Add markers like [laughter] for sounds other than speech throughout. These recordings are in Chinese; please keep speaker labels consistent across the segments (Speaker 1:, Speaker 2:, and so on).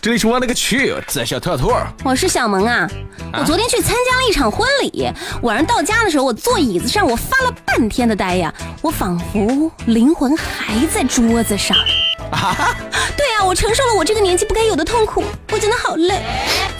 Speaker 1: 这里是我勒个去！这小特兔，
Speaker 2: 我是小萌啊，我昨天去参加了一场婚礼，晚上到家的时候，我坐椅子上，我发了半天的呆呀，我仿佛灵魂还在桌子上。
Speaker 1: 啊，
Speaker 2: [laughs] 对啊，我承受了我这个年纪不该有的痛苦，我真的好累。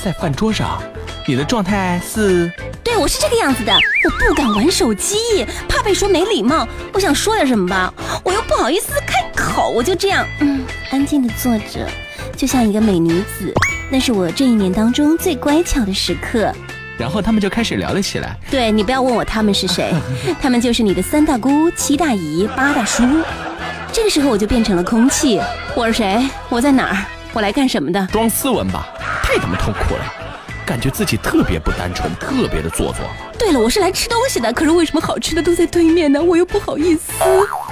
Speaker 1: 在饭桌上，你的状态是
Speaker 2: 对我是这个样子的，我不敢玩手机，怕被说没礼貌。我想说点什么吧，我又不好意思开口，我就这样，嗯，安静的坐着，就像一个美女子。那是我这一年当中最乖巧的时刻。
Speaker 1: 然后他们就开始聊了起来。
Speaker 2: 对你不要问我他们是谁， [laughs] 他们就是你的三大姑、七大姨、八大叔。这个时候我就变成了空气，我是谁？我在哪儿？我来干什么的？
Speaker 1: 装斯文吧，太他妈痛苦了，感觉自己特别不单纯，特别的做作。
Speaker 2: 对了，我是来吃东西的，可是为什么好吃的都在对面呢？我又不好意思。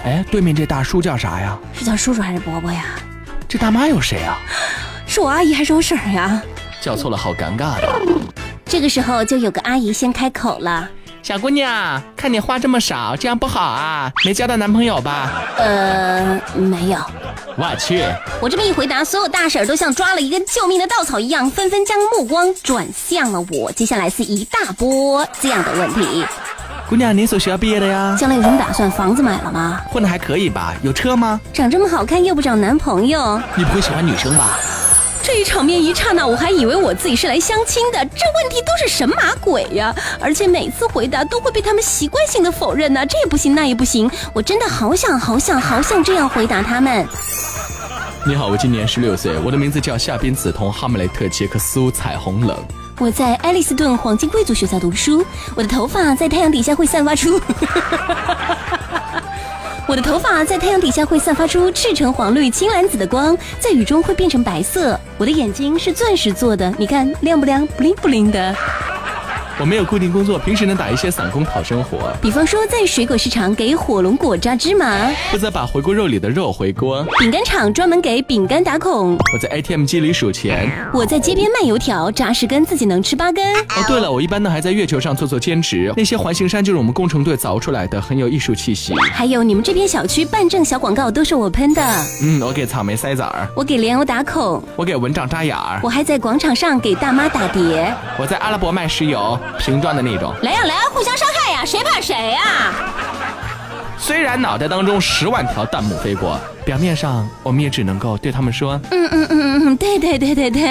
Speaker 1: 哎，对面这大叔叫啥呀？
Speaker 2: 是叫叔叔还是伯伯呀？
Speaker 1: 这大妈有谁啊？
Speaker 2: 是我阿姨还是我婶儿呀？
Speaker 1: 叫错了，好尴尬啊的。
Speaker 2: 这个时候就有个阿姨先开口了。
Speaker 1: 小姑娘，看你话这么少，这样不好啊！没交到男朋友吧？
Speaker 2: 呃，没有。
Speaker 1: 我去，
Speaker 2: 我这么一回答，所有大婶儿都像抓了一根救命的稻草一样，纷纷将目光转向了我。接下来是一大波这样的问题：
Speaker 1: 姑娘，哪所学校毕业的呀？
Speaker 2: 将来有什么打算？房子买了吗？
Speaker 1: 混的还可以吧？有车吗？
Speaker 2: 长这么好看又不找男朋友，
Speaker 1: 你不会喜欢女生吧？
Speaker 2: 这一场面一刹那，我还以为我自己是来相亲的，这问题都是神马鬼呀！而且每次回答都会被他们习惯性的否认呢、这也不行，那也不行。我真的好想，好想，好想这样回答他们。
Speaker 1: 你好，我今年十六岁，我的名字叫夏冰梓潼，哈姆雷特杰克苏彩虹冷。
Speaker 2: 我在爱丽斯顿黄金贵族学校读书，我的头发在太阳底下会散发出， [laughs] 我的头发在太阳底下会散发出赤橙黄绿青蓝紫的光，在雨中会变成白色。我的眼睛是钻石做的，你看亮不亮，不灵不灵的。
Speaker 1: 我没有固定工作，平时能打一些散工讨生活，
Speaker 2: 比方说，在水果市场给火龙果扎芝麻，
Speaker 1: 负责把回锅肉里的肉回锅。
Speaker 2: 饼干厂专门给饼干打孔。
Speaker 1: 我在 ATM 机里数钱。
Speaker 2: 我在街边卖油条，炸十根自己能吃八根。
Speaker 1: 哦，对了，我一般呢还在月球上做做兼职，那些环形山就是我们工程队凿出来的，很有艺术气息。
Speaker 2: 还有你们这边小区办证小广告都是我喷的，
Speaker 1: 嗯，我给草莓塞枣儿，
Speaker 2: 我给莲藕打孔，
Speaker 1: 我给蚊帐扎眼儿
Speaker 2: 我，还在广场上给大妈打碟。
Speaker 1: 我在阿拉伯卖石油，瓶装的那种。
Speaker 2: 来呀、来呀、互相伤害呀、谁怕谁呀、
Speaker 1: 虽然脑袋当中十万条弹幕飞过，表面上我们也只能够对他们说，
Speaker 2: 嗯嗯嗯嗯，对对对对对，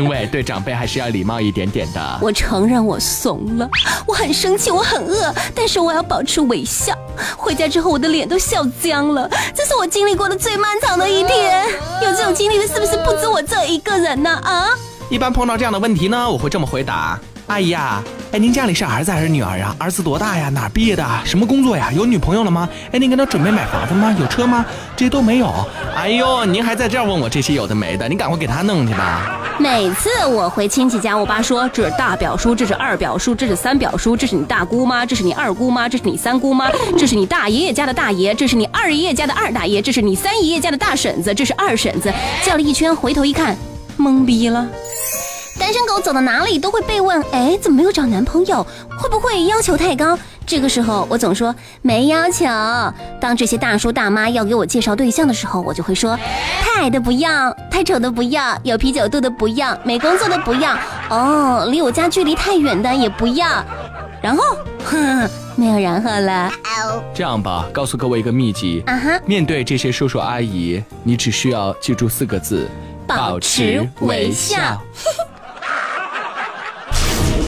Speaker 1: 因为对长辈还是要礼貌一点点的。
Speaker 2: 我承认我怂了，我很生气，我很饿，但是我要保持微笑。回家之后，我的脸都笑僵了，这是我经历过的最漫长的一天。有这种经历的，是不是不止我这一个人呢？啊？
Speaker 1: 一般碰到这样的问题呢，我会这么回答：阿姨呀，哎，您家里是儿子还是女儿呀？儿子多大呀？哪儿毕业的？啊什么工作呀？有女朋友了吗？哎，您给他准备买房子吗？有车吗？这些都没有。哎呦，您还在这儿问我这些有的没的，你赶快给他弄去吧。
Speaker 2: 每次我回亲戚家，我爸说这是大表叔，这是二表叔，这是三表叔，这是你大姑妈，这是你二姑妈，这是你三姑妈，这是你大爷爷家的大爷，这是你二爷爷家的二大爷，这是你三爷爷家的大婶子，这是二婶子。叫了一圈，回头一看，懵逼了。单身狗走到哪里都会被问，哎，怎么没有找男朋友？会不会要求太高？这个时候我总说没要求。当这些大叔大妈要给我介绍对象的时候，我就会说，太矮的不要，太丑的不要，有啤酒肚的不要，没工作的不要，哦，离我家距离太远的也不要。然后，哼，没有然后了。
Speaker 1: 这样吧，告诉各位一个秘籍：
Speaker 2: 啊哈，
Speaker 1: 面对这些叔叔阿姨，你只需要记住四个字：
Speaker 2: 保持微笑。